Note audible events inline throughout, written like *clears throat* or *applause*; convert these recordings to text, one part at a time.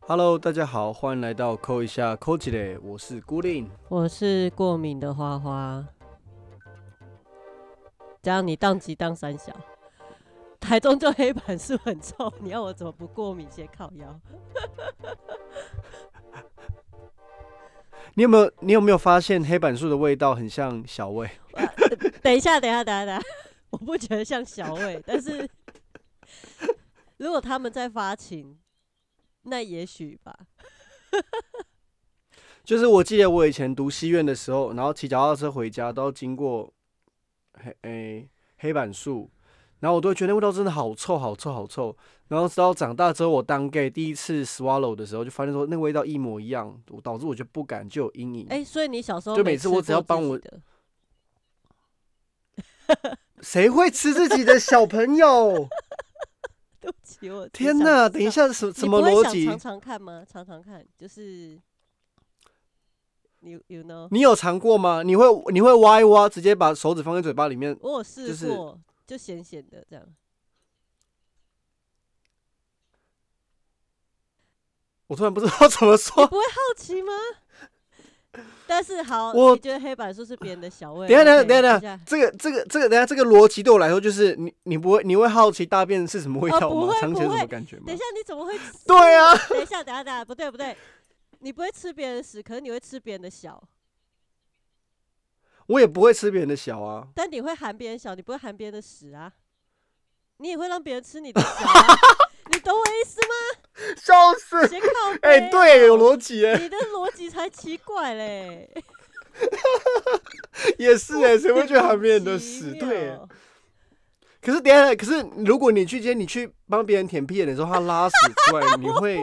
Hello，大家好，欢迎来到扣一下扣起来，我是孤令。我是过敏的花花。这样你当机当三小，台中就黑板树很臭，你要我怎么不过敏先靠腰？你有没有你有没有发现黑板树的味道很像小魏？等一下，等一下，等一下，等一下， *laughs* 我不觉得像小伟，但是 *laughs* 如果他们在发情，那也许吧。 *laughs* 就是我记得我以前读西院的时候，然后骑脚踏车回家都要经过黑诶、黑板树，然后我都会觉得那味道真的好臭，好臭，好臭。然后直到长大之后，我当 gay 第一次 swallow 的时候，就发现说那味道一模一样，我导致我就不敢，就有阴影。哎、所以你小时候就没每次吃我只要过自帮己我的谁会吃自己的小朋 *laughs* 友？对不起，我只天想哪！知等一道，下，什你什不么会逻想辑？常常看吗？常常看，就是，you you know。你有尝过吗？你会你会挖一挖，直接把手指放在嘴巴里面？我有试就是哦过，就咸咸的这样。我突然不知道怎么你 *laughs* 说。不会好奇吗？但是好，我你觉得黑板树是别人的小味？等一下 OK，等一下等等一这个这个这个，等一下这个逻辑对我来说就是你你不会你会好奇大便是什么味哦道不吗？会尝起来不是什么会感觉吗等一？下你怎么会？对啊，等一下等一下等一下，不对不对，你不会吃别人的屎，可是你会吃别人的小，我也不会吃别人的小啊。但你会含别人小，你不会含别人的屎啊，你也会让别人吃你的 *laughs* 小、啊，你懂我意思吗？笑死！先靠哎、背对，有逻哦辑 *laughs* 哎，你的逻辑才奇怪嘞，也是哎，谁会去莫含别人名的其 *laughs* 屎？对哎妙。可是等一下，可是如果你去今天你去帮别人舔屁眼的时候，他拉屎出来，你 *laughs* 会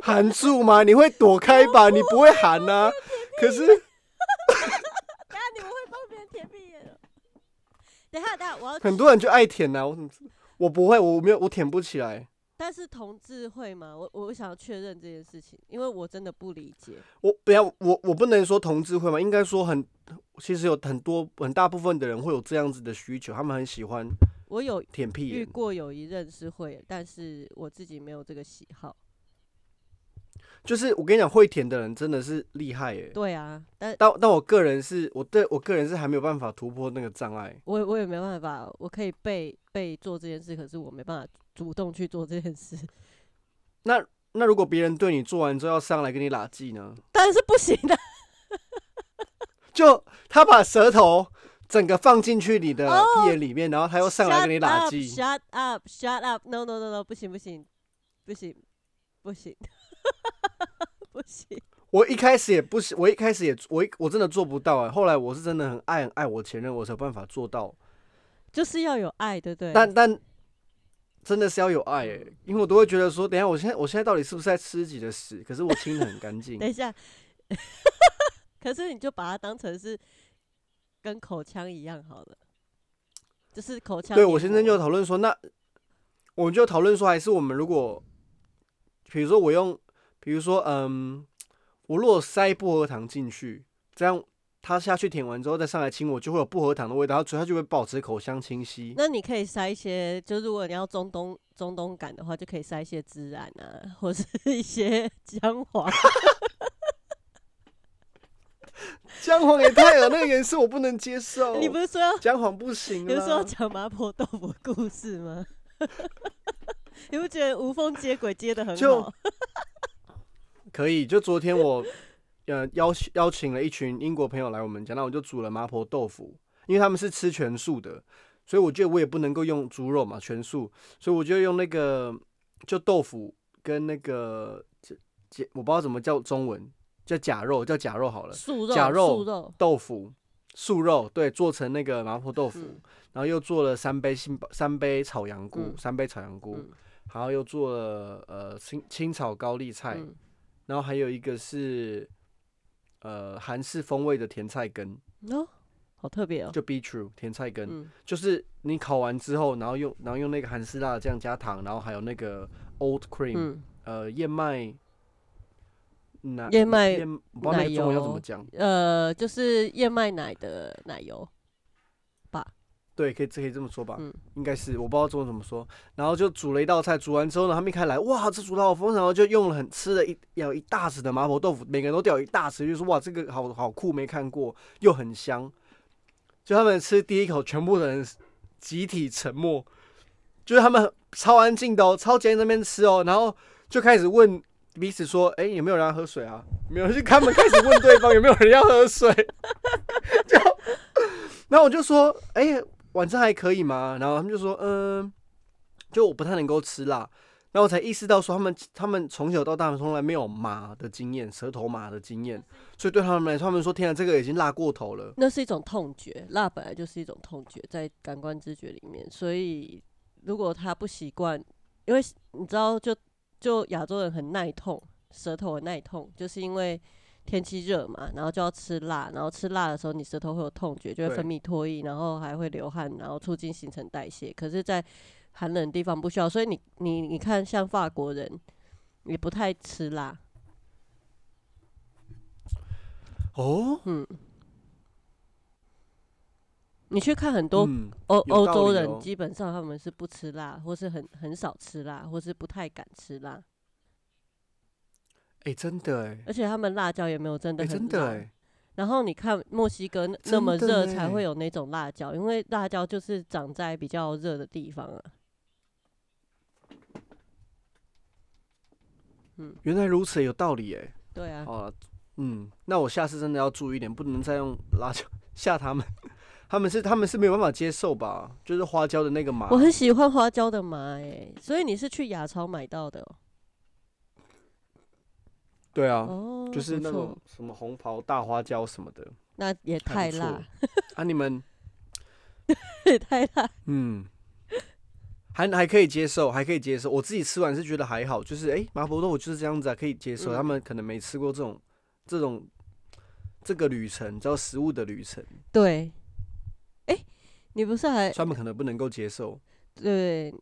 含住吗？你会躲开吧？你不会含呐、啊。可是 *laughs* 等下你们会帮别人舔屁眼 *laughs* 哦。等一下，等一下，我要很多人就爱舔呐、我怎么知我不会，我没有，我舔不起来。但是同志会吗？我我想要确认这件事情，因为我真的不理解。我不要，我我不能说同志会嘛，应该说很，其实有很多很大部分的人会有这样子的需求，他们很喜欢我有舔屁遇眼。过有一任是会，但是我自己没有这个喜好。就是我跟你讲，会舔的人真的是厉害耶、对啊，但但但我个人是我对我个人是还没有办法突破那个障碍。我也我也没办法，我可以被被做这件事，可是我没办法主动去做这件事， *laughs* 那那如果别人对你做完之后要上来跟你拉鸡呢？当然是不行的。就他把舌头整个放进去你的哦屁眼里面，然后他又上来跟你拉鸡。 Shut up, shut up, no no no no，不行不行不行不行 *laughs* 不行。我一开始也不是，我一开始也我一我真的做不到哎、后来我是真的很爱很爱我前任，我才有办法做到。就是要有爱，对不对？但但真的是要有爱哎、因为我都会觉得说，等一下我现在我现在到底是不是在吃自己的屎？可是我清的很干净 *laughs* 等。一下，可是你就把它当成是跟口腔一样好了，就是口腔黏对膜。我先生就讨论说，那我们就讨论说，还是我们如果，比如说我用，比如说嗯，我如果塞薄荷糖进去，这样他下去舔完之后再上来亲我，就会有薄荷糖的味道，它它就会保持口腔清晰。那你可以塞一些，就如果你要中东中东感的话，就可以塞一些孜然啊，或是 *laughs* 一些姜 *clears throat* 黄。姜黄也太恶那个颜色我不能接受， *laughs* 你不是说 *laughs* 要，姜黄不行啊你不是说要啦。讲麻婆豆腐故事吗？ *laughs* 你不觉得无缝接轨接的很就好？可以，就昨天我呃邀请邀请了一群英国朋友来我们家，那我就煮了麻婆豆腐，因为他们是吃全素的，所以我觉得我也不能够用猪肉嘛，全素，所以我就用那个就豆腐跟那个这这我不知道怎么叫中文，叫假肉，叫假肉好了， *laughs* 素肉，假肉素肉，豆腐素肉对，做成那个麻婆豆腐，嗯然后又做了三杯杏鲍三杯炒羊菇，嗯三杯炒羊菇，嗯然后又做了呃青青炒高丽菜。嗯然后还有一个是呃韩式风味的甜菜根，哦，好特别哦。就 be true 甜菜根，嗯，就是你烤完之后，然后用然后用那个韩式辣酱加糖，然后还有那个 old cream，、嗯，呃燕麦奶燕麦燕我不知道那个中文要怎么讲，呃，就是燕麦奶的奶油。对，可以可以这么说吧，嗯应该是我不知道中文怎么说。然后就煮了一道菜，煮完之后呢，他们一开来，哇，这煮的好丰盛哦，然后就用了很吃了一咬一大匙的麻婆豆腐，每个人都掉一大匙，就说哇，这个好好酷，没看过，又很香。就他们吃第一口，全部的人集体沉默，就是他们超安静的哦，超级安静在那边吃哦，然后就开始问彼此说，哎、有没有人要喝水啊？没有，就他们开始问对方有没有人要喝水， *laughs* 就，然后我就说，哎、晚上还可以吗？然后他们就说，嗯，就我不太能够吃辣。然后我才意识到说，他们他们从小到大从来没有麻的经验，舌头麻的经验，所以对他们来说，他们说天啊，这个已经辣过头了。那是一种痛觉，辣本来就是一种痛觉，在感官知觉里面，所以如果他不习惯，因为你知道就，就亚洲人很耐痛，舌头很耐痛，就是因为天气热嘛，然后就要吃辣，然后吃辣的时候，你舌头会有痛觉，就会对分泌唾液，然后还会流汗，然后促进新陈代谢。可是，在寒冷的地方不需要，所以你你你看，像法国人也不太吃辣，哦，你去看很多嗯，欧有欧道洲理人哦基本上他们是不吃辣，或是很很少吃辣，或是不太敢吃辣，哎、真的哎、而且他们辣椒也没有真哎、的很真辣。的哎、然后你看墨西哥那真的那么热才欸会有那种辣椒，因为辣椒就是长在比较热的地方啊。原来如此，有道理哎、对啊，好了，嗯，那我下次真的要注意一点，不能再用辣椒吓他们。他们是他们是没有办法接受吧？就是花椒的那个麻我，很喜欢花椒的麻诶、所以你是去亚超买到的哦、对啊，哦，就是不那错种什么红袍大花椒什么的，那也还太不辣错，啊，你们也 *laughs* 太辣，嗯，还还可以接受，还可以接受。我自己吃完是觉得还好，就是哎、诶麻婆豆腐就是这样子啊，可以接受。嗯他们可能没吃过这种这种这个旅程，叫食物的旅程，对。哎、你不是还所以他们可能不能够接受。对？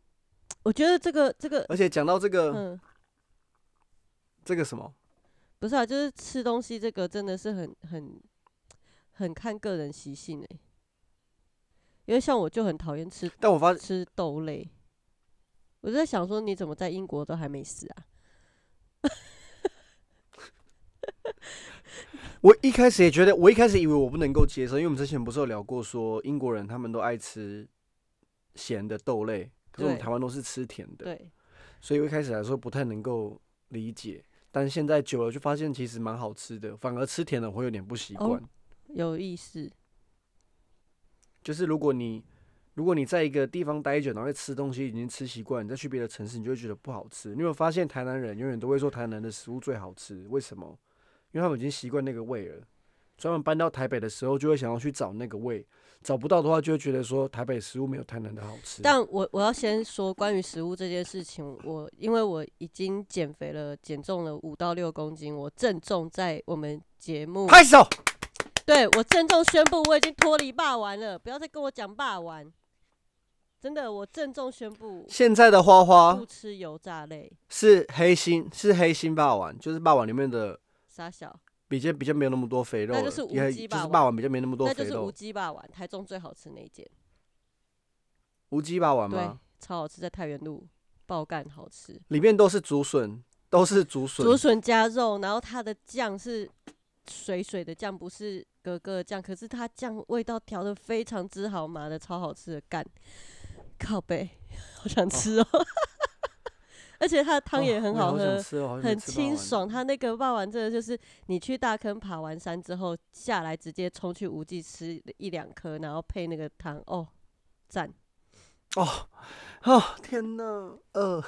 我觉得这个这个，而且讲到这个嗯，这个什么，不是啊，就是吃东西这个真的是很很很看个人习性诶、欸因为像我就很讨厌吃但我发吃豆类，我就在想说你怎么在英国都还没死啊？我一开始也觉得，我一开始以为我不能够接受，因为我们之前不是有聊过说英国人他们都爱吃咸的豆类，可是我们对台湾都是吃甜的，对，所以我一开始来说不太能够理解。但是现在久了就发现其实蛮好吃的，反而吃甜的我会有点不习惯。哦有意思。就是如果你如果你在一个地方待久，然后会吃东西已经吃习惯，你再去别的城市，你就会觉得不好吃。你有没有发现台南人永远都会说台南的食物最好吃？为什么？因为他们已经习惯那个味了。专门搬到台北的时候，就会想要去找那个味，找不到的话，就会觉得说台北食物没有台南的好吃。但我我要先说关于食物这件事情，我因为我已经减肥了，减重了五到六公斤，我郑重在我们节目，拍手，对我郑重宣布我已经脱离霸王了，不要再跟我讲霸王，真的，我郑重宣布现在的花花不吃油炸类，是黑心，是黑心霸王，就是霸王里面的傻小，比较比较没有那么多肥肉了，那就是无也鸡就霸是王霸王比较没那么多那就肥是无肉，鸡霸王，台中最好吃那一间，无鸡霸王对吗？，超好吃，在太原路爆干好吃，里面都是竹笋， *laughs* 都是竹笋，竹笋加肉，然后它的酱是水水的酱，不是格格的酱，可是它酱味道调的非常之好，麻的超好吃的干，靠背， *laughs* 好想吃哦， *laughs* 而且它的汤也很哦好我也好想。喝吃哦好想很吃霸王清爽，它那个霸王真的就是你去大坑爬完山之后下来，直接冲去无忌吃一两颗，然后配那个汤，哦，赞！哦。哦， *laughs* 天哪，呃，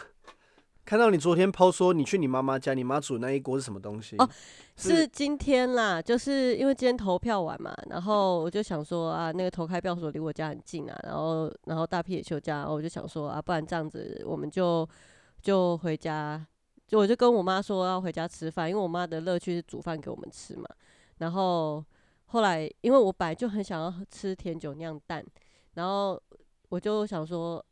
看到你昨天抛说你去你妈妈家，你妈煮那一锅是什么东西？哦，是是今天啦，就是因为今天投票完嘛，然后我就想说啊，那个投开票所离我家很近啊，然后然后大 P 也休假，然后我就想说啊，不然这样子我们就就回家，就我就跟我妈说要回家吃饭，因为我妈的乐趣是煮饭给我们吃嘛。然后后来因为我本来就很想要吃甜酒酿蛋，然后我就想说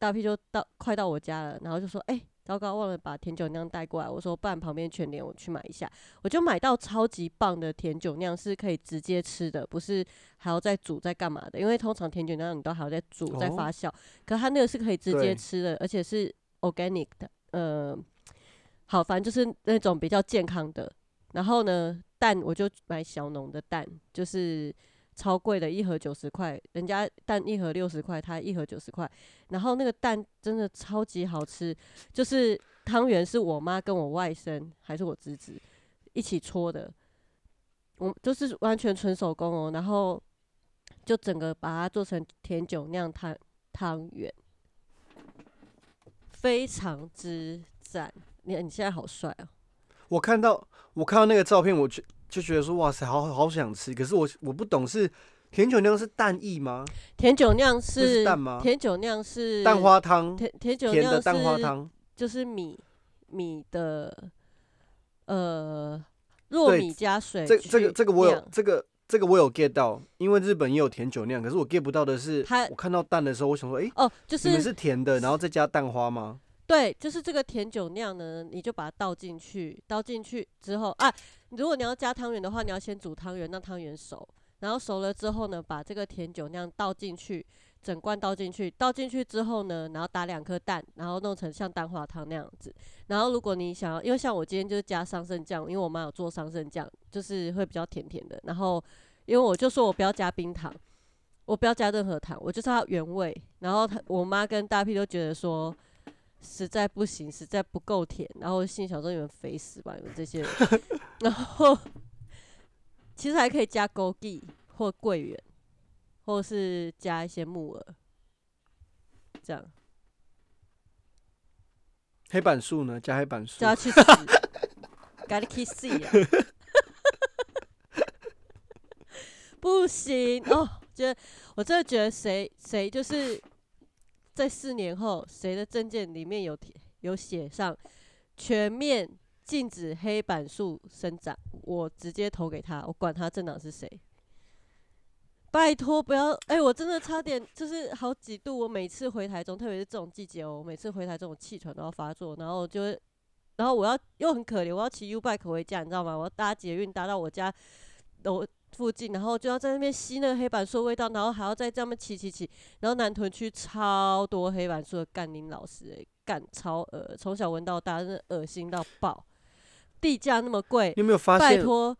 大 P 就到快到我家了，然后就说哎、糟糕，忘了把甜酒酿带过来。我说不然旁边全联我去买一下，我就买到超级棒的甜酒酿，是可以直接吃的，不是还要再煮再干嘛的。因为通常甜酒酿你都还要再煮再哦发酵，可它那个是可以直对接吃的，而且是 organic 的，呃，好，反正就是那种比较健康的。然后呢，蛋我就买小农的蛋，就是超贵的，一盒九十块，人家蛋一盒六十块，它一盒九十块。然后那个蛋真的超级好吃，就是汤圆是我妈跟我外甥还是我侄子一起搓的，我就是完全纯手工哦。然后就整个把它做成甜酒酿汤汤圆，非常之赞。你你现在好帅哦！我看到我看到那个照片，我就就觉得说哇塞，好好想吃。可是我我不懂是甜酒酿是蛋液吗？甜酒酿不是是蛋吗？甜酒酿是蛋花汤，甜甜酒甜酿的是蛋花汤，就是米米的呃糯对米加水这去这个这个我有酿这个这个我有 get 到，因为日本也有甜酒酿，可是我 get 不到的是它，我看到蛋的时候，我想说，诶，哦，就你们是是甜的，然后再加蛋花吗？对，就是这个甜酒酿呢，你就把它倒进去，倒进去之后啊，如果你要加汤圆的话，你要先煮汤圆，让汤圆熟，然后熟了之后呢，把这个甜酒酿倒进去，整罐倒进去，倒进去之后呢，然后打两颗蛋，然后弄成像蛋花汤那样子。然后如果你想要，因为像我今天就是加桑葚酱，因为我妈有做桑葚酱，就是会比较甜甜的。然后因为我就说我不要加冰糖，我不要加任何糖，我就是要原味。然后她我妈跟大 P 都觉得说。实在不行，实在不够甜。然后我心里想说：“你们肥死吧，你们这些人。”然后其实还可以加枸杞或桂圆，或是加一些木耳，这样黑板树呢？加黑板树就，要去死，赶紧去死啊！ *laughs* 不行哦，觉得我真的觉得谁谁就是在四年后谁的证件里面有贴有写上全面禁止黑板树生长，我直接投给他，我管他政党是谁。拜托不要！哎、我真的差点就是好几度，我每次回台中，特别是这种季节哦，我每次回台中我气喘都要发作，然后我就会，然后我要又很可怜，我要骑 U bike 回家，你知道吗？我要搭捷运搭到我家楼附近，然后就要在那边吸那个黑板树的味道，然后还要再这么骑骑骑，然后南屯区超多黑板树的干林老师、哎，干超恶，从小闻到大，真的恶心到爆，地价那么贵，你有没有发拜现？托，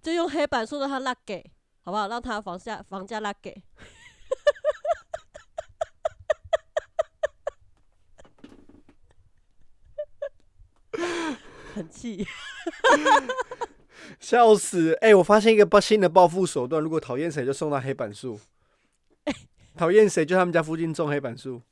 就用黑板说让他拉给，好不好？让他房价房价拉给。 *laughs* 很气，笑死！哎、我发现一个报新的报复手段，如果讨厌谁就送到黑板 *laughs* 树，讨厌谁就他们家附近种黑板树。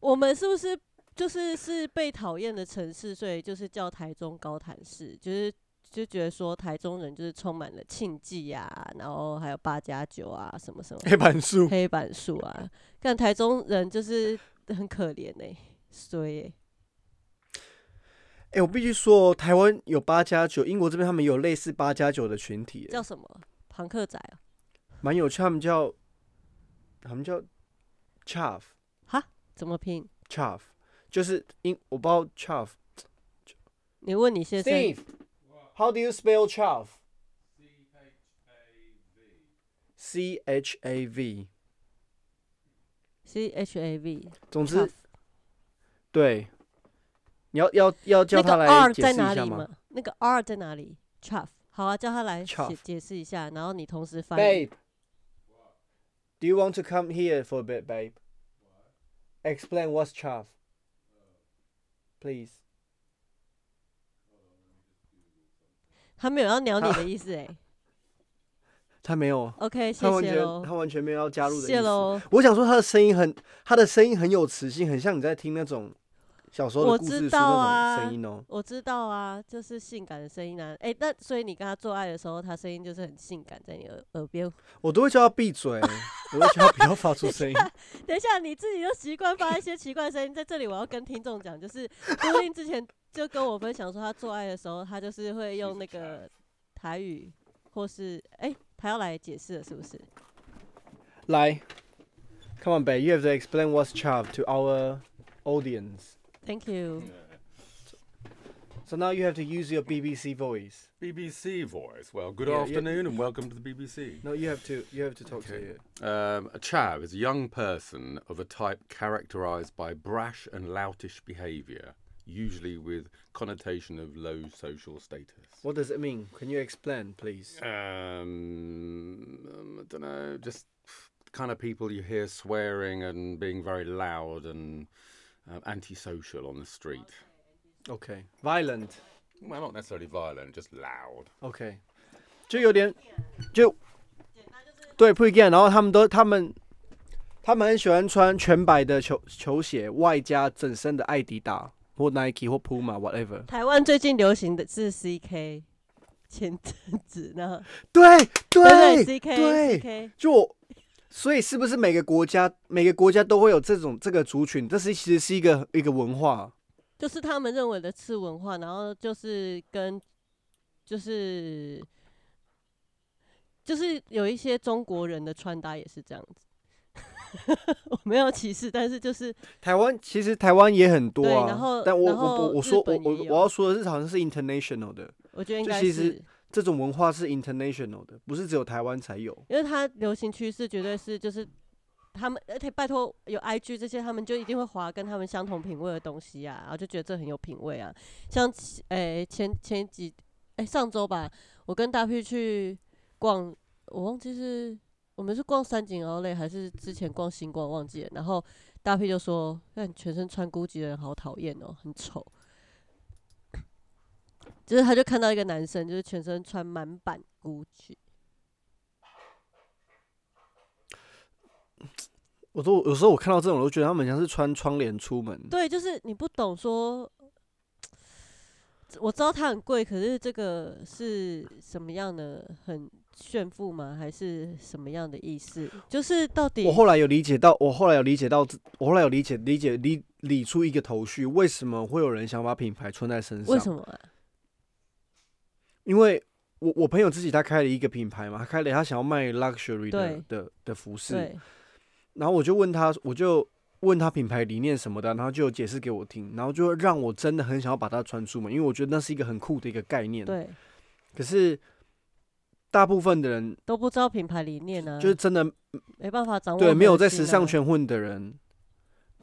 我们是不是就是是被讨厌的城市，所以就是叫台中高谈市，就是就觉得说台中人就是充满了庆忌呀、然后还有八加九啊，什么什么。黑板 *laughs* *laughs* 树，黑板树啊，看台中人就是很可怜呢、衰、欸。哎、我必须说哦，台湾有八加九，英国这边他们有类似八加九的群体，哎叫什么？庞克仔啊？蛮有趣。他们叫他们叫 chaff 怎么拼？ chaff，就是英我不知道 chaff。你问你先生， Steve，how do you spell chaff？C H A V， C H A V，总之对，你要要要叫那他个来 R 解释在一哪下里吗嘛？那个 R 在哪里？Chuff，好啊，叫他来解 Chuff 解释一下，然后你同时翻译。 Babe, do you want to come here for a bit, babe? Explain what's chaff, please. 他没有要鸟你的意思 *laughs* 哎、他没有， OK，谢他完谢全喽他，完全没有要加入的意谢思。喽。我想说他的声音很，他的声音很有磁性，很像你在听那种小时候的我故知事书道那啊种声音哦、我知道啊，就是性感的声音啊。哎、那所以你跟他做爱的时候，他声音就是很性感，在你耳耳边我都会叫他闭嘴，我会叫他不要发出声音。 *laughs* *laughs* 等一下，你自己就习惯发一些奇怪的声音，在这里我要跟听众讲，就是郭令之前就跟我分享说，他做爱的时候，他就是会用那个台语，或是哎、他要来解释了，是不是？来，Come on, babe, you have to explain what's chaff to our audience. Thank you. So now you have to use your BBC voice. BBC voice. Well, good Yeah, yeah. afternoon and welcome to the BBC. No, you have to you have to talk to Okay. you. Um, a chav is a young person of a type characterized by brash and loutish behavior, usually with connotation of low social status. What does it mean? Can you explain, please? Um, um, I don't know, just kind of people you hear swearing and being very loud and um, antisocial on the street. Okay. Violent. Well, not necessarily violent, just loud. OK，就有点就对不一样。然后他们都他们他们很喜欢穿全白的球球鞋，外加整身的艾迪达或 Nike 或 Puma whatever。台湾最近流行的是 CK，前阵子呢，对对对，CK 对 CK，就我所以是不是每个国家每个国家都会有这种这个族群？这是其实是一个一个文化。就是他们认为的次文化，然后就是跟就是就是有一些中国人的穿搭也是这样子。 *laughs* 我没有歧视，但是就是台湾其实台湾也很多对然啊后，但我然后我我我说日我本我也有我要说的是好像是 international 的，我觉得应就该其实是，这种文化是 international 的，不是只有台湾才有。因为它流行趋势绝对是就是他们，而且拜托有 IG 这些，他们就一定会划跟他们相同品味的东西啊，然后就觉得这很有品味啊。像其诶、前前几诶、上周吧，我跟大 P 去逛，我忘记是我们是逛三井奥莱还是之前逛星光忘记了，然后大 P 就说：“那你全身穿 GUCCI 的人好讨厌哦，很丑。”就是他就看到一个男生，就是全身穿满版 GUCCI，我都有时候我看到这种，我都觉得他们像是穿窗帘出门。对，就是你不懂说，我知道它很贵，可是这个是什么样的很炫富吗？还是什么样的意思？就是到底我后来有理解到，我后来有理解到这，我后来有理解理解理理出一个头绪，为什么会有人想把品牌穿在身上？为什？么啊？因为我我朋友自己他开了一个品牌嘛，他开了他想要卖 luxury 的对的的服饰，对，然后我就问他，我就问他品牌理念什么的，然后就有解释给我听，然后就让我真的很想要把它穿出门，因为我觉得那是一个很酷的一个概念。对，可是大部分的人都不知道品牌理念啊，就是真的没办法掌握、啊对，没有在时哦尚。圈混的人，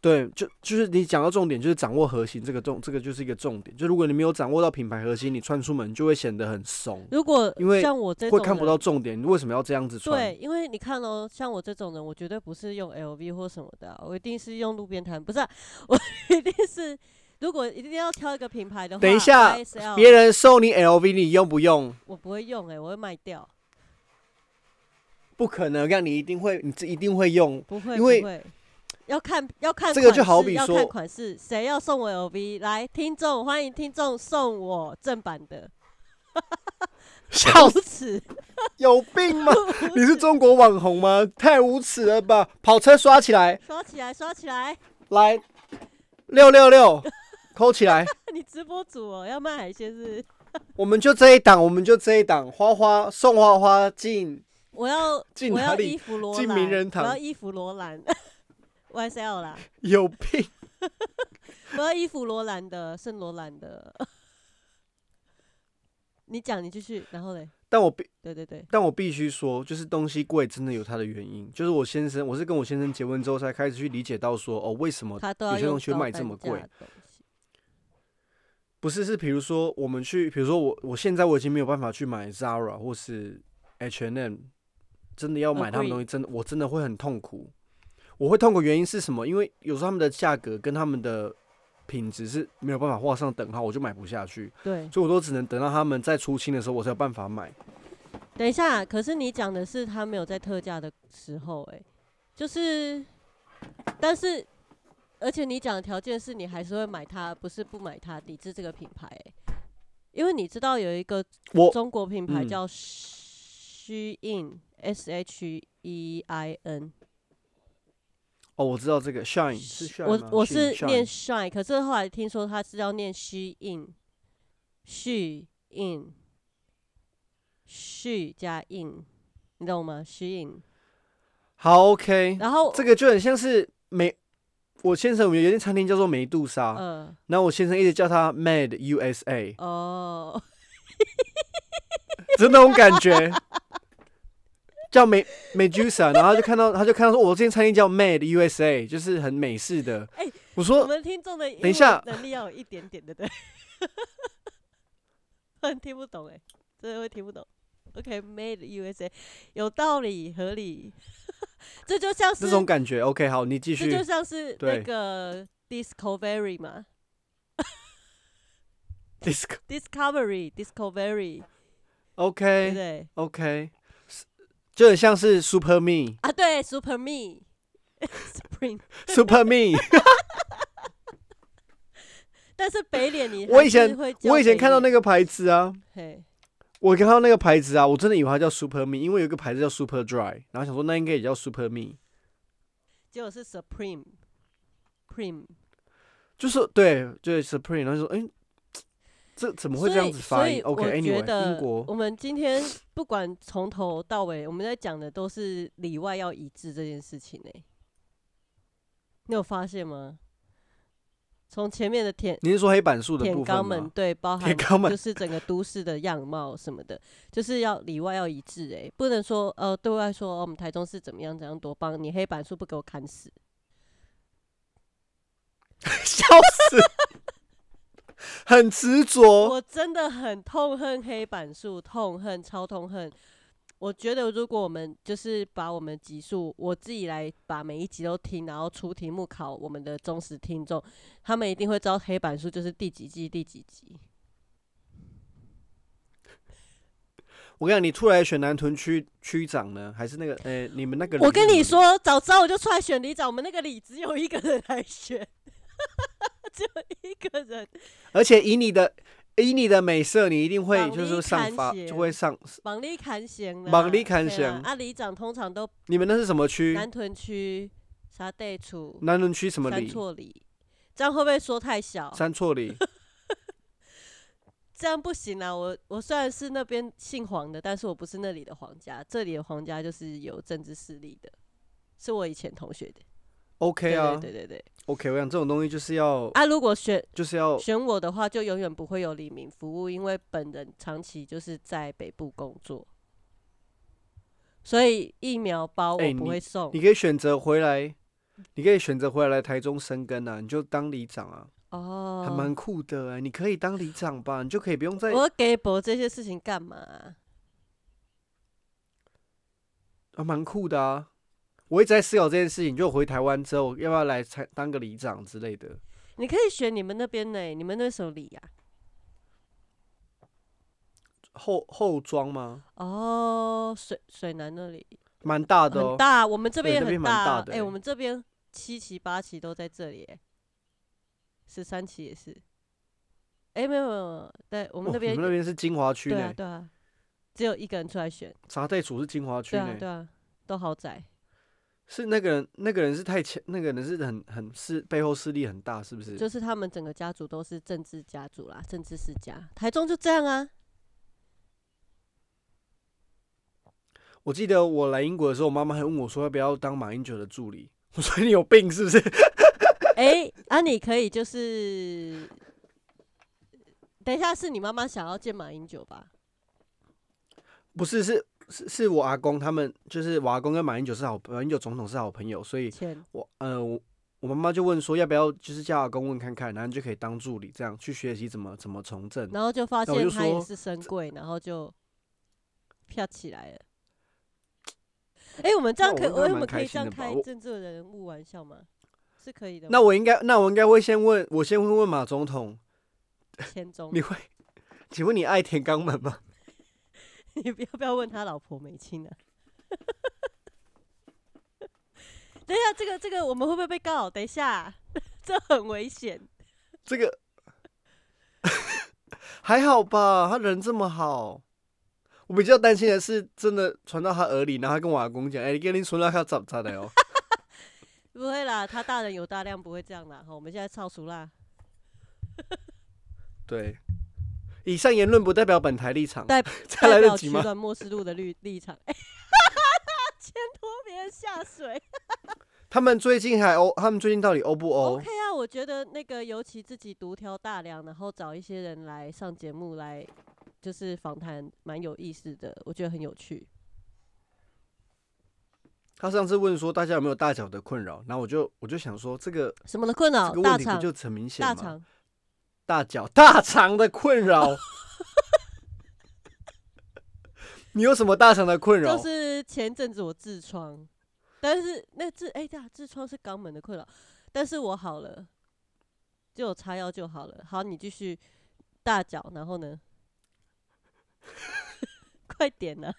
对，就就是你讲到重点，就是掌握核心这个重，这个就是一个重点。就如果你没有掌握到品牌核心，你穿出门就会显得很怂，如果因为像我嗯这种会看不人到重点。你为什么要这样子穿对，？因为你看哦，像我这种人，我绝对不是用 LV 或什么的啊、我一定是用路边摊，不是啊、 *laughs* 我一定是如果一定要挑一个品牌的话，等一下 YSL 别人送你 LV，你用不用？我不会用哎、我会卖掉，不可能，让你一定会，你这一定会用。不会，因为不会要看要看这个就款好式比要说看款式，谁要送我 LV 来，听众欢迎听众送我正版的， *laughs* 笑死，无耻，有病吗？ *laughs* 无你是耻中国网红吗？太无耻了吧！跑车刷起来，刷起来刷起来， *laughs* 来六六六，扣起来。你直播主哦要卖海鲜是不是我们就这一档，我们就这一档。花花送花花进，我要进我哪要里衣服罗进兰名人堂我要衣服罗兰 *laughs* ，YSL 啦， *laughs* 有病！我要衣服罗兰的，圣罗兰的。 *laughs* 你讲，你继续，然后嘞，但我必对对对，但我必须说，就是东西贵真的有它的原因。就是我先生，我是跟我先生结婚之后才开始去理解到说，哦，为什么他都有要些用东西会高卖单这么价贵的东西不是是，比如说我们去，比如说我我现在我已经没有办法去买 Zara 或是 H&M，真的要买他们 Agree 东西，真的我真的会很痛苦。我会痛苦原因是什么？因为有时候他们的价格跟他们的品质是没有办法画上等号，我就买不下去。对，所以我都只能等到他们在出清的时候，我才有办法买。等一下，可是你讲的是他没有在特价的时候、哎，就是，但是，而且你讲的条件是你还是会买它，不是不买它，抵制这个品牌、哎因为你知道有一个我中国品牌嗯叫 Shein S H E I N，哦，我知道这个 shine 是 shine 我吗我 Shein，是 Shine 念 Shine，可是后来听说它是要念 Shein，Shein She 加 in，你懂吗？Shein，好 OK，然后这个就很像是美我先生我们有一间餐厅叫做梅杜莎，嗯，然后我先生一直叫它 Mad *laughs* USA，哦，就那种感觉，叫美 Medusa，然后他就看到他就看到说，我这间餐厅叫 Mad USA，就是很美式的。哎我我说们听众的英等一文下能力要有一点点的，对， *laughs* 不然听不懂哎、真的会听不懂。OK，Made、USA 有道理合理， *laughs* 这就像是这种感觉，OK，好，你继这就续。像是那对个 Discovery 嘛 Disco ，Discovery 哎 Discovery 对不 OK 对 OK，是就很像是 Super Me 啊？对，Super Me *laughs* Spring， Super Me。 *laughs* 但是北脸你我还以前是会叫我以前北看到脸那个牌子啊，嘿我看到那个牌子啊，我真的以为它叫 Super Me，因为有一个牌子叫 Super Dry，然后想说那应该也叫 Super Me，结果是 Supreme Prime。就是对对 Supreme，然后就说哎、这怎么会这样子发音所以所以我觉？OK，Anyway，、得英国我们今天不管从头到尾，我们在讲的都是里外要一致这件事情呢、你有发现吗？从前面的舔你是说黑板树的舔部肛分门，吗？对，包含舔肛门就是整个都市的样貌什么的，就是要里外要一致哎、不能说呃对外说、哦、我们台中是怎么样怎样多棒，你黑板树不给我砍死，笑死，很执着。我真的很痛恨黑板树，痛恨超痛恨。我觉得如果我们就是把我们集数，我自己来把每一集都听，然后出题目考我们的忠实听众，他们一定会知道黑板树就是第几季第几集。我跟你讲，你出来选南屯区区长呢，还是那个哎、你们那个？我跟你，说，早知道我就出来选里长，我们那个里只有一个人来选， *laughs* 只有一个人而且以你的以你的美色，你一定会绑就是立说上砍发，鞋就会上。绑力砍弦啦，绑力砍对啊弦啊，里长通常都你们那是什么区？南屯区、沙地处、南屯区什么三里？错里，这样会不会说太小？三错 *laughs* 里。这样不行啊！我我虽然是那边姓黄的，但是我不是那里的皇家，这里的皇家就是有政治势力的，是我以前同学的。 OK 啊对对对对 OK，我想这种东西就是要啊！如果选就是要选我的话，就永远不会有李明服务，因为本人长期就是在北部工作，所以疫苗包哎我不你会送。你可以选择回来，你可以选择回来台中生根啊，你就当里长啊，还哦，蛮酷的哎、你可以当里长吧，你就可以不用再我给博这些事情干嘛啊、还蛮、酷的啊。我一直在思考这件事情，就回台湾之后要不要来才当个里长之类的。你可以选你们那边的，欸你们那首里呀、后后庄吗？哦，水水南那里蛮大的很哦、大，我们这对边也那边很蛮大大啊。的哎、欸我们这边七期八期都在这里、欸，十三期也是。哎、没有没有没有，对我哦我们那边你们那边是金华区对啊呢，对啊，只有一个人出来选，茶袋鼠是金华区对呢啊，对啊，都豪宅。是那个人那个人是太强，那个人是很很是背后势力很大，是不是？就是他们整个家族都是政治家族啦，政治世家。台中就这样啊，我记得我来英国的时候，我妈妈还问我说要不要当马英九的助理。 *laughs* 我说你有病是不是？哎、啊，你可以就是，等一下是你妈妈想要见马英九吧？不是，是是是我阿公他们，就是我阿公跟马英九是好，马英九总统是好朋友，所以签我呃我我妈妈就问说要不要就是叫阿公问看看，然后你就可以当助理这样去学习怎么怎么从政。然后就发那我现就他也说是深贵，然后就飘起来了。哎、我们这样那可以，我应该我蛮们可开以这心样的吧开我政治人物玩笑吗？是可以的吗。那我应该那我应该会先问我先会问马总统， *laughs* 千中，你会？请问你爱舔肛门吗？你不要不要问他老婆没亲啊？ *laughs* 等一下，这个这个我们会不会被告？等一下，这很危险。这个 *laughs* 还好吧，他人这么好。我比较担心的是，真的传到他耳里，然后他跟我阿公讲：“哎、你跟你孙拉卡咋咋的 *laughs* 哦不会啦，他大人有大量，不会这样啦。好，我们现在超熟啦。？”对，以上言论不代表本台立场。 *laughs* 代才来代得表及取吗？ *laughs* 暖末世路的立立场，哎牵拖别人下水。他们最近还欧，他们最近到底欧不欧 OK 啊，我觉得那个尤其自己独挑大梁，然后找一些人来上节目来，就是访谈，蛮有意思的，我觉得很有趣。他上次问说大家有没有大小的困扰，然后我就我就想说这个什么的困这扰？个哦大问题不肠，就很明显大吗？肠，大脚大肠的困 *laughs* 扰。你有什么大肠的困扰？就是前阵子我痔疮，但是那痔哎对啊，痔疮是肛门的困扰，但是我好了，就有擦药就好了。好，你继续大脚，然后呢？ *laughs* 快点啊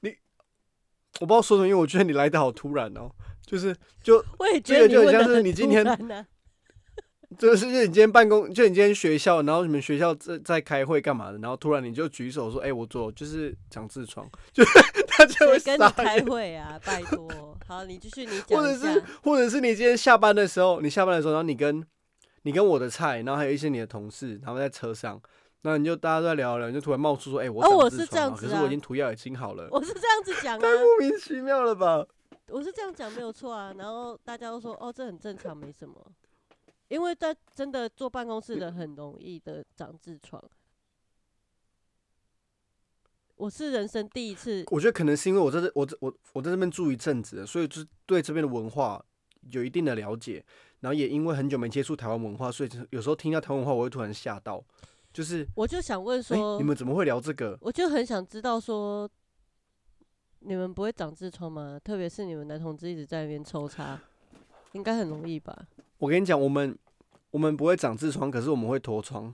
呢、我不知道说什么，因为我觉得你来的好突然哦。就是就我也觉这个得你就很问像的是你今天啊就是就是你今天办公，就你今天学校，然后你们学校在在开会干嘛的，然后突然你就举手说：“哎、我做就是长痔疮。” *laughs* 就是大家 *laughs* 会谁跟你傻开眼。会啊？拜托，好，你继续你或讲者一下是。或者是你今天下班的时候，你下班的时候，然后你跟你跟我的菜，然后还有一些你的同事，他们在车上，那你就大家都在聊一聊，你就突然冒出说：“哎、我哦长痔我是这疮样了，可子是我啊已经涂药已经好了。我是这样子讲啊，”莫名其妙了吧？我是这样讲没有错啊。然后大家都说哦，这很正常，没什么。因为在真的坐办公室的嗯很容易的长痔疮。我是人生第一次，我觉得可能是因为我在这我这我我在这边住一阵子了，所以就是对这边的文化有一定的了解，然后也因为很久没接触台湾文化，所以就是有时候听到台湾文化，我会突然吓到，就是我就想问哎、说，你们怎么会聊这个？我就很想知道说，你们不会长痔疮吗？特别是你们男同志一直在那边抽插，应该很容易吧？我跟你讲，我们我们不会长痔疮，可是我们会脱疮。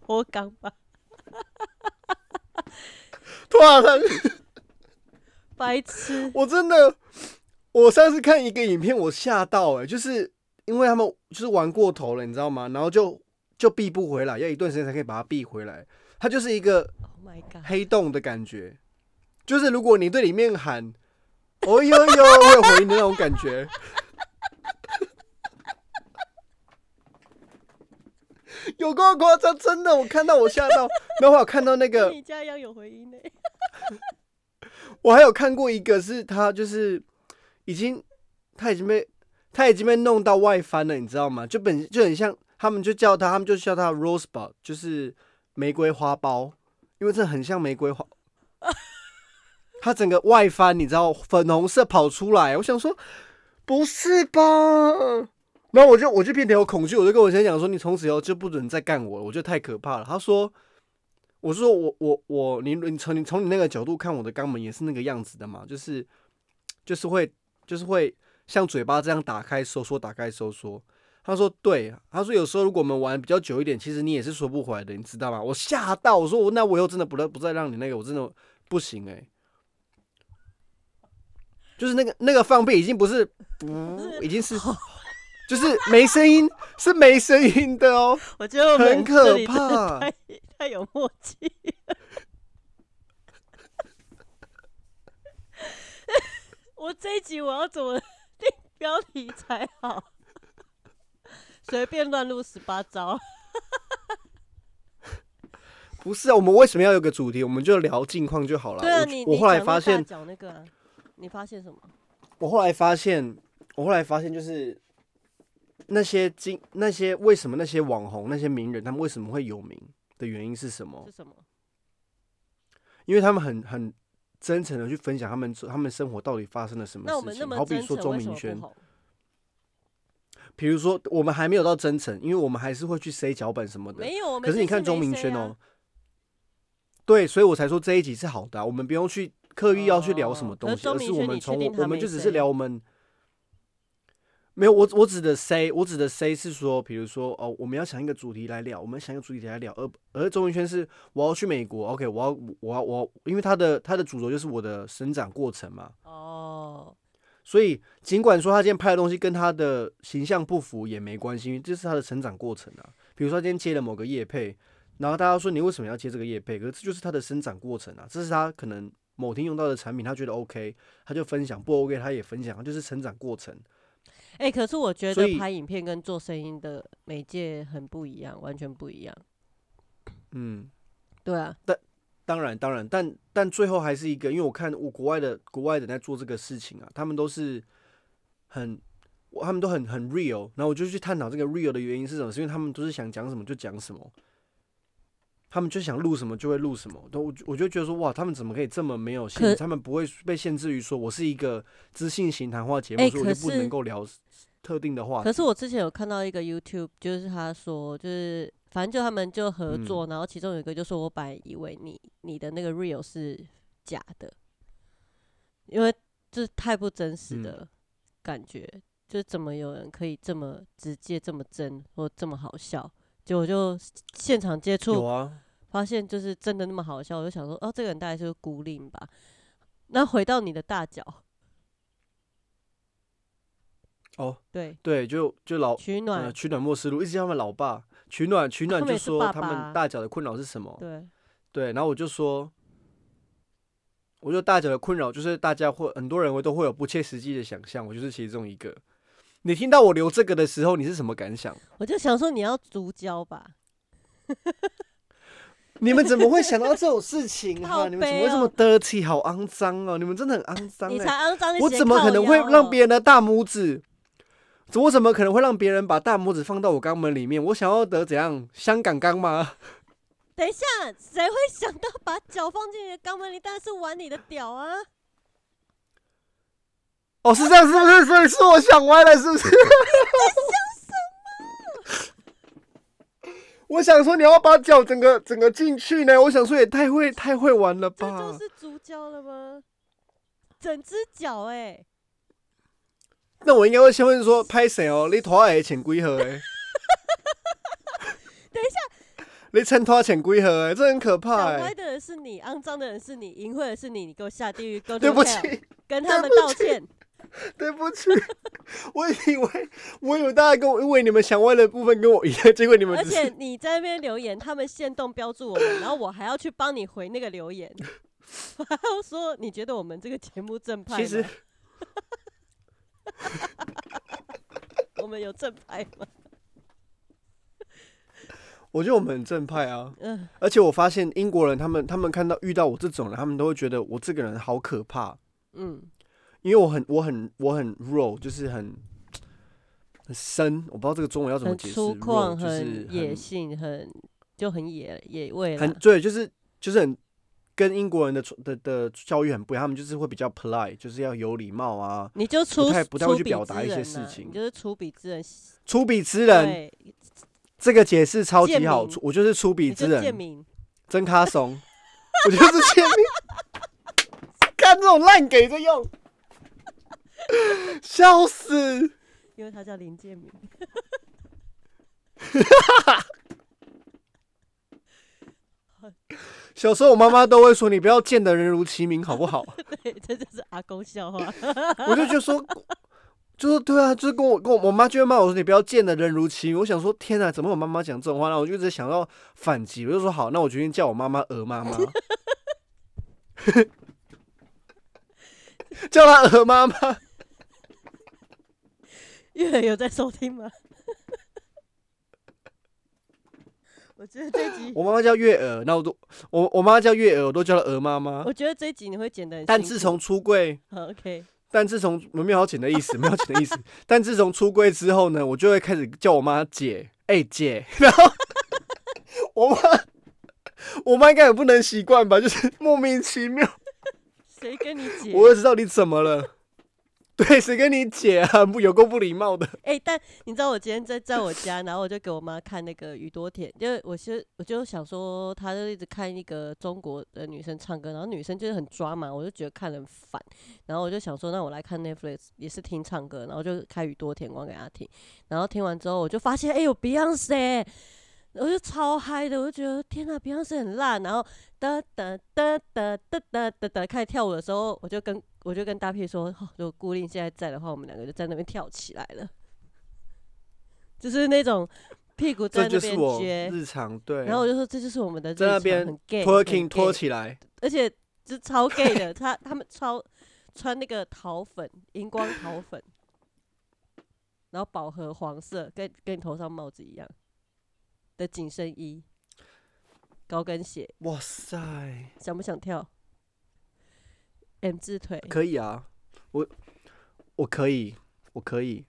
脱肛吧，脱疮，白痴。 *laughs* 我真的，我上次看一个影片，我吓到哎、就是因为他们就是玩过头了，你知道吗？然后就就避不回来，要一段时间才可以把它避回来。它就是一个 Oh my god！黑洞的感觉，就是如果你对里面喊“哦呦呦”，会有回音的那种感觉。 *laughs* 有够夸张，真的，我看到我吓到，然后我有看到那个跟，你家一样有回音呢、 *laughs* 我还有看过一个是他就是已经他已经被他已经被弄到外翻了，你知道吗？就本就很像他们就叫他他们就叫他 rosebud，就是玫瑰花苞，因为这很像玫瑰花。它整个外翻，你知道粉红色跑出来，我想说不是吧？然后我就我就变得有恐惧，我就跟我先生讲说，你从此以后就不准再干我了，我觉得太可怕了。他说我是说我我我，你你从你从你那个角度看我的肛门也是那个样子的嘛，就是就是会就是会像嘴巴这样打开收缩打开收缩。他说对，啊他说有时候如果我们玩比较久一点，其实你也是收不回来的，你知道吗？我吓到，我说我那我又真的不再不再让你那个，我真的不行哎、就是那个那个放屁已经不是不已经 *laughs* 是就是没声音，是没声音的哦。我觉得我们很可这里真的怕太太有默契。 *laughs* 我这一集我要怎么定标题才好？ *laughs* 随便乱录十八招，不是啊，我们为什么要有个主题？我们就聊近况就好了。对啊，我你我你后来讲那发现大，脚那个、啊，你发现什么？我后来发现，我后来发现就是那些经那些为什么那些网红那些名人他们为什么会有名的原因是什么是？什么？因为他们很很真诚的去分享他们他们生活到底发生了什么那我事们那情。么好比真说诚，周为什明么轩不，红？比如说我们还没有到真诚，因为我们还是会去塞脚本什么的。没有，我们可是这你看次钟没明塞轩啊哦，，对，所以我才说这一集是好的啊、我们不用去刻意要去聊什么哦东可是西，钟而明是我轩们你确从定我他我们没就只是谁聊我们。没有，我我指的 say，我指的 say 是说，比如说哦，我们要想一个主题来聊，我们想一个主题来聊，而而钟明轩是我要去美国，OK，我要我要我要，因为他的他的主轴就是我的生长过程嘛，哦，所以尽管说他今天拍的东西跟他的形象不符也没关系，因为这是他的成长过程啊。比如说他今天接了某个业配，然后大家说你为什么要接这个业配？可是这就是他的生长过程啊，这是他可能某天用到的产品，他觉得 OK，他就分享；不 OK，他也分享，他就是成长过程。哎、可是我觉所得以拍影片跟做声音的媒介很不一样，完全不一样。嗯，对啊，当然，当然，但但最后还是一个，因为我看我国外的国外人在做这个事情啊，他们都是很，我他们都很很 real，然后我就去探讨这个 real 的原因是什么，是因为他们都是想讲什么就讲什么，他们就想录什么就会录什么，都我就我就觉得说哇，他们怎么可以这么没有限制？可他们不会被限制于说我是一个知性型谈话节目，哎所以我就可不是能够聊特定的话题。可是我之前有看到一个 YouTube，就是他说，就是反正就他们就合嗯作，然后其中有一个就说，我本来以为你你的那个 real 是假的，因为这太不真实嗯的感觉，就怎么有人可以这么直接、这么真或这么好笑？结果就现场接触有啊，发现就是真的那么好笑，我就想说，哦，这个人大概就是孤零吧。那回到你的大脚，哦，对，对，就就老取呃暖，取暖莫思路，一直叫他们老爸取暖，取暖他们就也是说爸他爸们啊大脚的困扰是什么？对，对，然后我就说，我就大脚的困扰就是大家会很多人会都会有不切实际的想象，我就是其中一个。你听到我留这个的时候，你是什么感想？我就想说你要足交吧，你们怎么会想到这种事 *laughs* 情靠啊？你们怎么背会这么哦 dirty？好肮脏哦！你们真的很肮脏、你欸才。肮脏，你我直接怎么可靠能会腰让哦别人的大拇指？怎我怎么可能会让别人把大拇指放到我肛门里面？我想要得怎样？香港肛吗？等一下，谁会想到把脚放进你的肛门里？当然是玩你的屌啊！哦，是这样，是不是？所以是我想歪了，是不是？ *laughs* 我想说你要把脚整个整个进去呢，我想说也太会太会玩了这吧？就是足交了吗？整只脚哎，那我应该会先问说拍谁哦？你拖鞋潜几盒哎？等一下，你衬拖潜几盒哎？这很可怕想哎、歪的人是你，肮脏的人是你，淫秽的是你，你给我下地狱，go to 对不 hell，起，跟他对们不道起歉。啊对不起，我以为我以为大家跟我因为你们想歪的部分跟我一样，结果你们而只是且你在那边留言，他们限动标注我们，然后我还要去帮你回那个留言， *laughs* 我还要说你觉得我们这个节目正派吗？其实我们有正派吗？我觉得我们很正派啊。嗯，而且我发现英国人他们他们看到遇到我这种人，他们都会觉得我这个人好可怕，嗯，因为我很我很我很弱，就是很很深，我不知道这个中文要怎么很解释粗犷， raw，就是野性，啊很就很野野味很了。对，就是就是很跟英国人的的的教育很不一样，他们就是会比较 polite，就是要有礼貌啊，你就出太不太会出去笔表之达一些人事呐情你就是出笔之人，粗鄙之人。对，这个解释超级好贱，民我就是粗你鄙就之贱人，民，真卡怂，我就是贱 *laughs* 民。看这种烂给着用，笑死。因为他叫林建民。小时候我妈妈都会说：“你不要见得人如其名，好不好 *laughs* 对，这就是阿公笑话。？” *laughs* 我就觉得说，就说对啊，就是跟我跟我我妈就会骂我说：“你不要见得人如其名。”我想说，天啊，怎么我妈妈讲这种话？然后我就一直想要反击，我就说好，那我决定叫我妈妈鹅妈 *laughs* 妈，叫她鹅妈妈。月儿有在收听吗？ *laughs* 我觉得这集，我妈妈叫月儿，那我都我我妈妈叫月儿，我都叫她鹅妈妈我。觉得这集你会剪得很辛啊苦。但自从出柜，好 OK，但自从我没有要请的意思，没有请的意思。但自从出柜之后呢，我就会开始叫我妈姐，哎、姐，然后我妈，我妈应该也不能习惯吧，就是莫名其妙，谁跟你姐？我也知道你怎么了。对，谁跟你姐啊？不，有够不礼貌的。哎、但你知道我今天在在我家，然后我就给我妈看那个宇多田，就是我是我就想说，她就一直看一个中国的女生唱歌，然后女生就是很抓嘛，我就觉得看得很烦，然后我就想说，那我来看 Netflix 也是听唱歌，然后就开宇多田光给她听，然后听完之后我就发现，哎、有 Beyonce。我就超嗨的，我就觉得天呐，Beyonce 很辣。然后哒哒哒哒哒哒哒哒开始跳舞的时候，我就跟我就跟大屁说，哦如果固定现在在的话，我们两个就在那边跳起来了。就是那种屁股在这那就是边我撅，日常对，然后我就说这就是我们的日在那常边很 gay，拖很 king 拖 gay 起来，而且就超 gay 的，他他们超穿那个桃粉，荧光桃粉，然后饱和黄色，跟跟你头上帽子一样的紧身衣，高跟鞋，哇塞，想不想跳？M 字腿，可以啊，我我可以，我可以，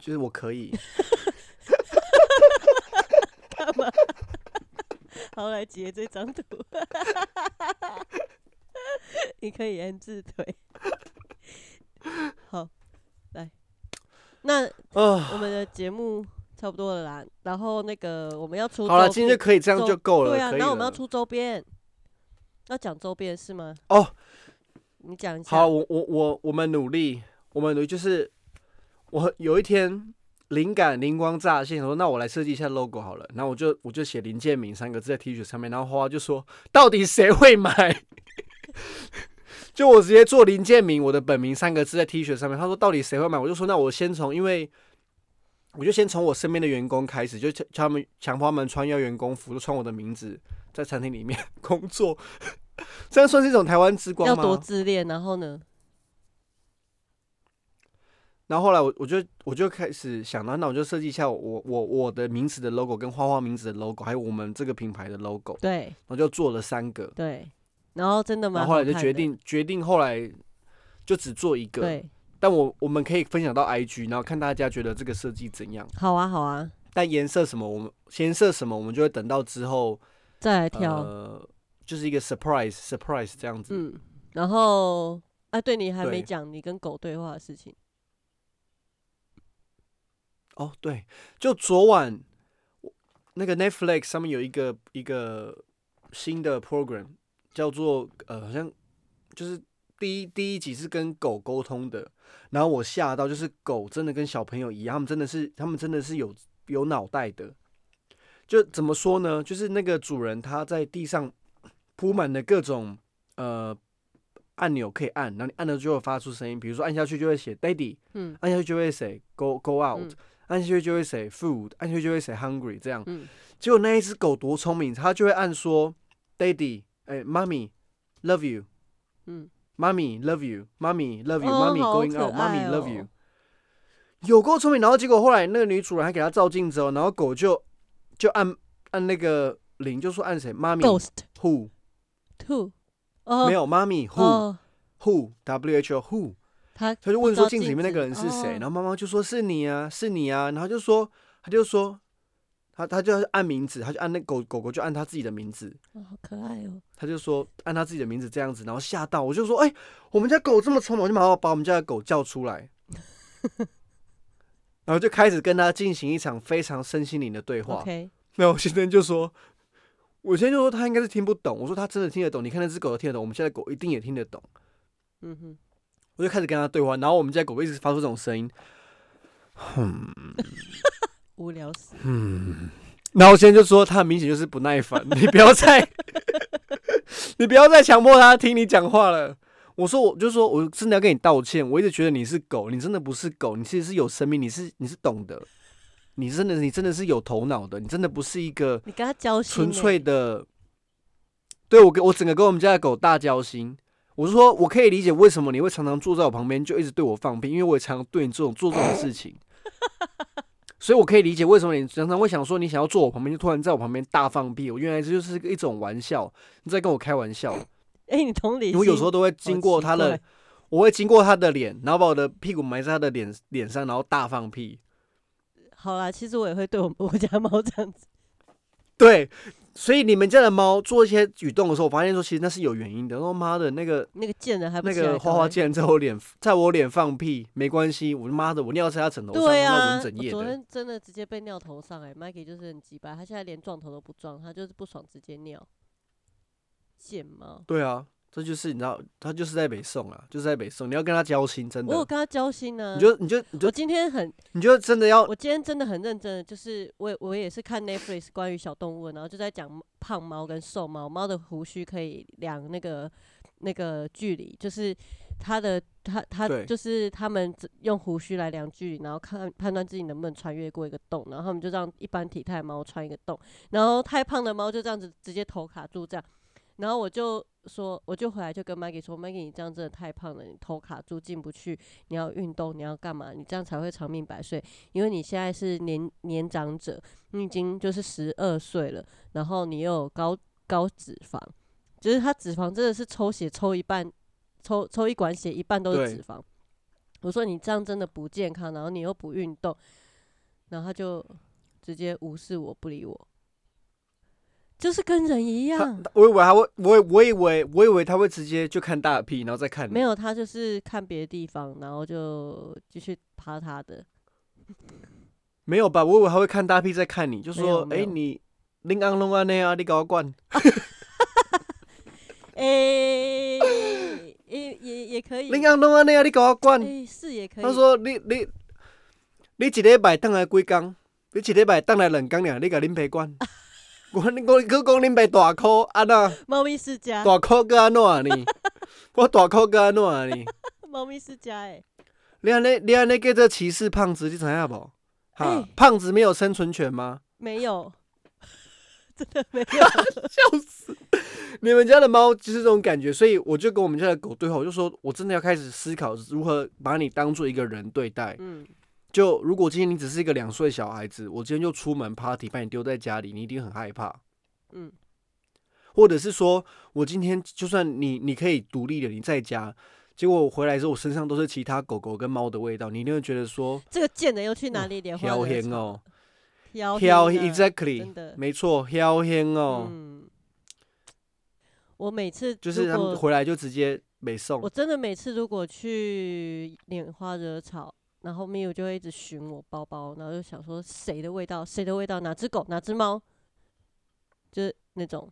就是我可 *laughs* 以。好来截这张图， *laughs* 你可以 M 字腿。 *laughs* 好，来，那啊，我们的节目差不多了啦。然后那个我们要出好了，周今天边就可以这样就够了。对啊，可以然后我们要了出周边，要讲周边是吗？哦，你讲一下。好，我我我我们努力，我们努力就是我有一天灵感灵光乍现，说那我来设计一下 logo 好了，然后我就我就写林建明三个字在 T 恤上面，然后花花就说 *laughs* 到底谁会买？就我直接做林建明我的本名三个字在 T 恤上面，他说到底谁会买？我就说那我先从因为。我就先从我身边的员工开始，就叫叫他们强迫他们穿要员工服，就穿我的名字在餐厅里面工作， *laughs* 这样算是一种台湾之光要吗？多自恋，然后呢？然后后来我我就我就开始想到，那我就设计一下我我我的名字的 logo 跟花花名字的 logo，还有我们这个品牌的 logo，对然后就做了三个，对，然后真的然蛮后后好来看的。就决定决定后来就只做一个，对，但我我们可以分享到 IG，然后看大家觉得这个设计怎样，好啊好啊，但颜色什么我们颜色什么我们就会等到之后，再来挑。呃，就是一个 surprise surprise 这样子，嗯，然后啊，对你还没对讲你跟狗对话的事情。哦，对，就昨晚我那个 Netflix 上面有一个一个新的 program，叫做呃，好像就是第一第一集是跟狗沟通的，然后我吓到，就是狗真的跟小朋友一样，他们真的是他们真的是有有脑袋的。就怎么说呢？就是那个主人他在地上铺满了各种呃按钮可以按，然后你按了就会发出声音，比如说按下去就会写 daddy，嗯按下去就会写 go go out，、嗯按下去就会写 food，按下去就会写 hungry 这样。嗯结果那一只狗多聪明，它就会按说 daddy，哎、m o m m y love you，嗯， mommy love you, mommy love you, 哦 mommy 好 going 可 out, mommy 爱 love 哦 you。有够聪明，然后结果后来那个女主人还给它照镜子哦，然后狗就就按按那个铃，就说按谁妈咪 Ghost who two，哦没有妈咪 who 哦， who w h o who，他他就问说镜子里面那个人照是镜子谁，哦然后妈妈就说是你啊，是你啊，然后就说他就说他他就按名字，他就按那狗狗狗就按他自己的名字，哦好可爱哦，他就说按他自己的名字这样子，然后吓到我就说，哎、我们家狗这么聪明，我就马上把我们家的狗叫出来， *laughs* 然后就开始跟他进行一场非常身心灵的对话。 OK，那我先生就说，我先生就说他应该是听不懂，我说他真的听得懂，你看那只狗都听得懂，我们家的狗一定也听得懂。嗯哼，我就开始跟他对话，然后我们家狗狗一直发出这种声音， *sighs* 无聊死，然后我先生就说他很明显就是不耐烦， *laughs* 你不要再，你不要再强迫他听你讲话了。我说我就说我真的要跟你道歉，我一直觉得你是狗，你真的不是狗，你其实是有生命，你是你是懂的，你真的你真的是有头脑的，你真的不是一个你跟他交心纯欸，粹的。对我跟我整个跟我们家的狗大交心，我是说我可以理解为什么你会常常坐在我旁边就一直对我放屁，因为我也常常对你这种做这种事情， *laughs* 所以我可以理解为什么你常常会想说你想要坐我旁边，就突然在我旁边大放屁。我原来这就是一种玩笑，你在跟我开玩笑。 *laughs* 哎，你同理因为有心时候都会经过奇他的怪，我会经过他的脸，然后把我的屁股埋在他的脸脸上，然后大放屁。好啦，其实我也会对我们我家猫这样子，对，所以你们家的猫做一些举动的时候，我发现说其实那是有原因的。说妈的那个那个贱人还不那起来个花搞花欸竟然在我脸在我脸放屁，没关系，我妈的我尿在她枕头上，对那啊，闻整我夜昨的。天真的直接被尿头上哎、m i k e y 就是很鸡巴，他现在连撞头都不撞，他就是不爽直接尿，贱猫。对啊，这就是你知道，他就是在北宋啊，就是在北宋，你要跟他交心，真我有的。跟他交心呢、你就你就你我就今天很，你就真的要我今天真的很认真的，就是我也我也是看 Netflix 关于小动物的，然后就在讲胖猫跟瘦猫，猫的胡须可以量那个那个距离，就是它的它它对就是他们只用胡须来量距离，然后看判断自己能不能穿越过一个洞，然后他们就让一般体态的猫穿一个洞，然后太胖的猫就这样子直接头卡住这样，然后我就说，我就回来就跟 Maggie 说，Maggie 你这样真的太胖了，你头卡住进不去，你要运动，你要干嘛，你这样才会长命百岁，因为你现在是年年长者，你已经就是十二岁了，然后你又有高高脂肪，就是他脂肪真的是抽血抽一半，抽抽一管血一半都对是脂肪。我说你这样真的不健康，然后你又不运动，然后他就直接无视我不理我，就是跟人一他样。我以为他会，我以我以为我以为他会直接就看大屁，然后再看你没有，他就是看别的地方，然后就继续爬他的。没有吧？我以为他会看大屁再看你，就没有说哎、没有你拎安弄安那啊，你搞惯诶、也也也可以，拎安弄安那啊，你搞惯。诶、是也可以。他说你你你一礼拜等来几工？你一礼拜等来两工尔，你甲恁爸管？我你我佮讲恁爸大箍安那猫咪世家，大箍佮安怎呢？我大箍佮安怎呢？猫咪世家、诶，你安尼你安尼叫做歧视胖子，你知影无？哈，哎胖子没有生存权吗？ *laughs* 没有，真的没有。你们家的猫就是这种感觉，所以我就跟我们家的狗对话，我就说我真的要开始思考如何把你当做一个人对待。嗯，就如果今天你只是一个两岁小孩子，我今天就出门 party 把你丢在家里，你一定很害怕。嗯，或者是说我今天就算你你可以独立的，你在家，结果我回来之后，我身上都是其他狗狗跟猫的味道，你一定会觉得说这个贱人又去哪里莲花飘惹香草？哦，飘飘香啊，exactly，真的。没错，飘香哦，嗯，我每次就是他如们果回来就直接没送我，真的每次如果去拈花惹草，然后咪友就会一直寻我包包，然后就想说谁的味道，谁的味道，哪只狗，哪只猫，就是那种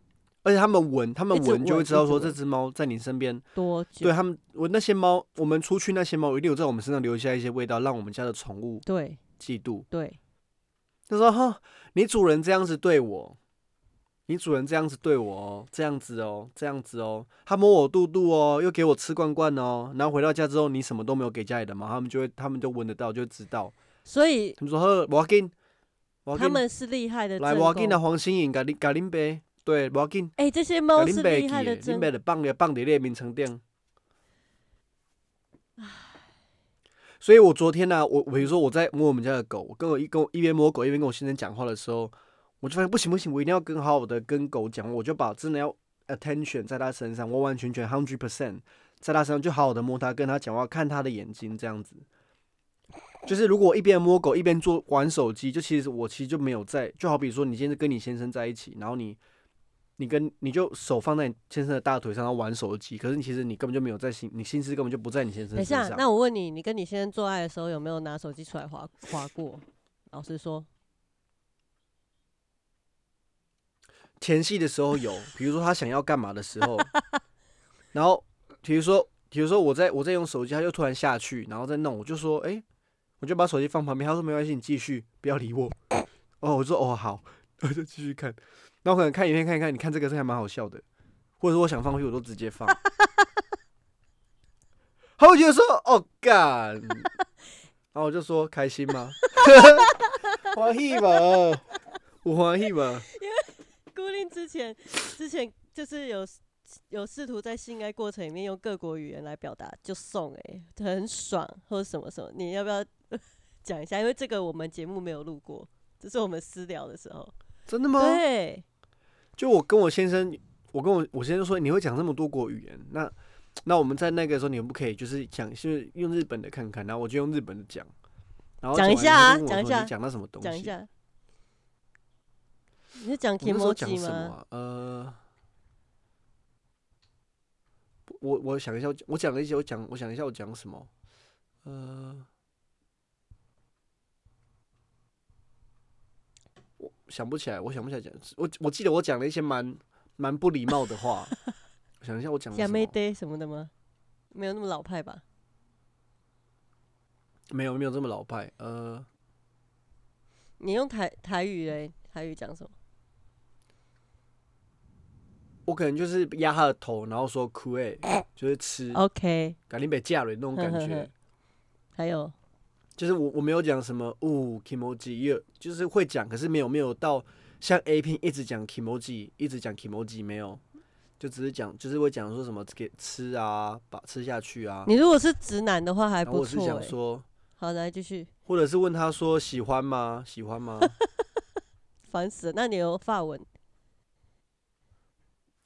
而且他们闻，他们一直闻就会闻知道一直说这闻只猫在你身边。多对啊久？他们，我那些猫，我们出去那些猫一定有在我们身上留下一些味道，让我们家的宠物对嫉妒。对，他说：“哈，你主人这样子对我，你主人这样子对我哦，这样子哦，这样子哦，他摸我肚肚哦，又给我吃罐罐哦，然后回到家之后，你什么都没有给家里的猫，他们就会，他们就闻得到，就知道。所以他们说：‘呵，我要紧，我要他紧，们是厉害的来，正我要紧啊，宫。黄心颖，咖喱咖喱呗，对，我要紧，哎、这些咖猫喱是呗，厉害的恁真呗的棒的棒的列名成店。’所以，我昨天呢、啊我我比如说我在摸我们家的狗，我跟我一跟我一边摸狗一边跟我先生讲话的时候，我就发现不行不行，我一定要跟好好的跟狗讲，我就把真的要 attention 在它身上，完完全全 hundred percent 在它身上，就好好的摸它，跟它讲话，看它的眼睛这样子。就是如果我一边摸狗一边做玩手机，就其实我其实就没有在，就好比说你今天跟你先生在一起，然后你你跟你就手放在你先生的大腿上，然后玩手机，可是你其实你根本就没有在心，你心思根本就不在你先生等一身下上，。那我问你，你跟你先生做爱的时候有没有拿手机出来划划过？老实说，前戏的时候有，比如说他想要干嘛的时候，然后比如说比如说我在我在用手机，他就突然下去，然后再弄，我就说哎、诶我就把手机放旁边，他说没关系，你继续，不要理我。哦，我说哦好， *laughs* 我就继续看，那我可能看影片看一看，你看这个是还蛮好笑的，或者我想放屁我都直接放。他会觉得说哦干，然后我就说开心吗？ *laughs* 欢喜吧，我欢喜吧。孤令之前之前就是有有试图在性爱过程里面用各国语言来表达，就送哎、很爽或者什么什么，你要不要 *laughs* 讲一下？因为这个我们节目没有录过，这是我们私聊的时候。真的吗？对，就我跟我先生，我跟我我先生说，你会讲这么多国语言，那那我们在那个时候，你们不可以就是讲，就是用日本的看看，然后我就用日本的讲，然后讲一完下啊他就问我讲一说下你讲到什么东西？讲一下。你是讲我那时候 emoji 讲什么吗？啊、呃，不我我想一下，我讲了一些，我讲我想一下，我讲什么？呃，我想不起来，我想不起来讲，我我记得我讲了一些蛮蛮不礼貌的话。我想一下，我讲了假什妹么？啊 day 什么的吗？没有那么老派吧？没有没有这么老派，呃，你用台台语嘞？台语讲什么？我可能就是压他的头，然后说哭哎，就是吃，哦 OK，赶紧被嫁了那种感觉。还有就是我我没有讲什么哦 emoji，也有就是会讲，可是没有没有到像 A 片一直讲 emoji，一直讲 emoji 没有，就只是讲就是会讲说什么给吃啊，把吃下去啊。你如果是直男的话还然后不我是错、想欸。说，好，来继续，或者是问他说喜欢吗？ *laughs* 喜欢吗？烦死了。那你有法文？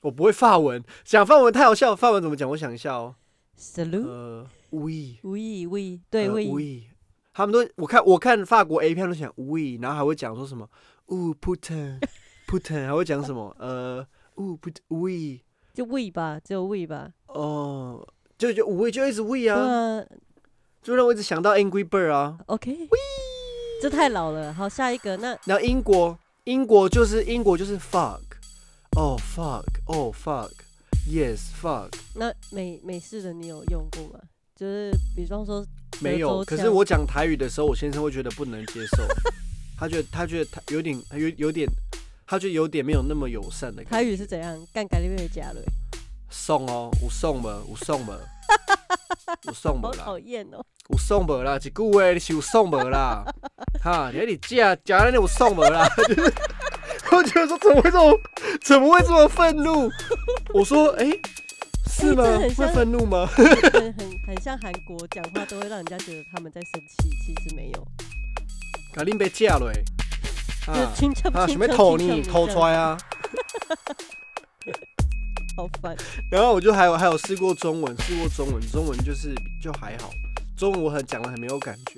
我不会法文，讲法文太好笑了，法文怎么讲？我想一下哦， Salut，呃，we， oui oui，对呃 oui， we，他们都我看我看法国 A 片都讲 we，然后还会讲说什么，oh putain，putain，还会讲什么呃，oh put we，就 we 吧，只有 we 吧。哦，就就我就一直 we 啊，那就让我一直想到 Angry Bird 啊。 OK，这太老了。好，下一个那然后英国，英国就是英国就是 fuck，哦 fuck，哦 fuck，yes fuck，那美美式的你有用过吗？就是比方说没有。德州可是腔我讲台语的时候，我先生会觉得不能接受， *laughs* 他觉得他觉得他有点有有点，他觉得有点没有那么友善的台感觉。语是怎样，干咖喱味加了，送哦，有送无，有送 *laughs* 无，有送无好啦讨，厌哦。有送无啦，一句话你是有送无 *laughs* 啦，哈，你还得假假的有送无啦。我觉得说怎么会这么怎么会这么愤怒？我说哎、是吗？哎这很会像愤怒吗？很很很像韩国讲话都会让人家觉得他们在生气，其实没有，肯定被架了、欸。就啊轻巧啊！轻想巧要偷你偷揣，啊！好烦。然后我就还有还有试过中文，试过中文，中文就是就还好，中文我很讲的很没有感觉。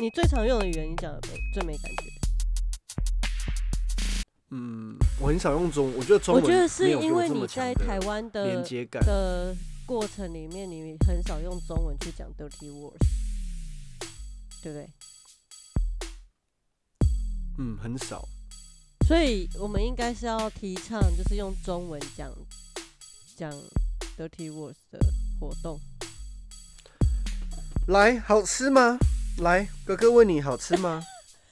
你最常用的语言，你讲的没最没感觉。嗯，我很少用中文，我觉得中我文觉得是没有给因我为这么你强在的台湾连的接感。的过程里面，你很少用中文去讲 dirty words，对不对？嗯，很少。所以我们应该是要提倡，就是用中文讲讲 dirty words 的活动。来，好吃吗？来，哥哥问你好吃 *laughs* 吗？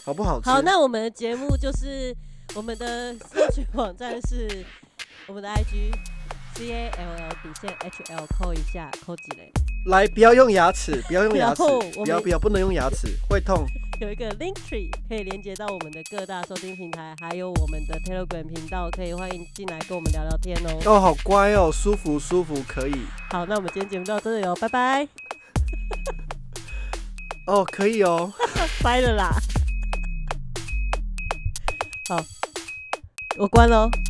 好不好吃？好，那我们的节目就是我们的社群网站是我们的 IG C A L L 底线 H L 扣一下扣几嘞，来，不要用牙齿，不要用牙齿然后我，不要们不要，不能用牙齿，会痛。有一个 Link Tree 可以连接到我们的各大收听平台，还有我们的 Telegram 频道，可以欢迎进来跟我们聊聊天哦。哦，好乖哦，舒服舒服，可以。好，那我们今天节目到这里哦，拜拜，哦，可以哦。拜了啦。好，我关喽。哦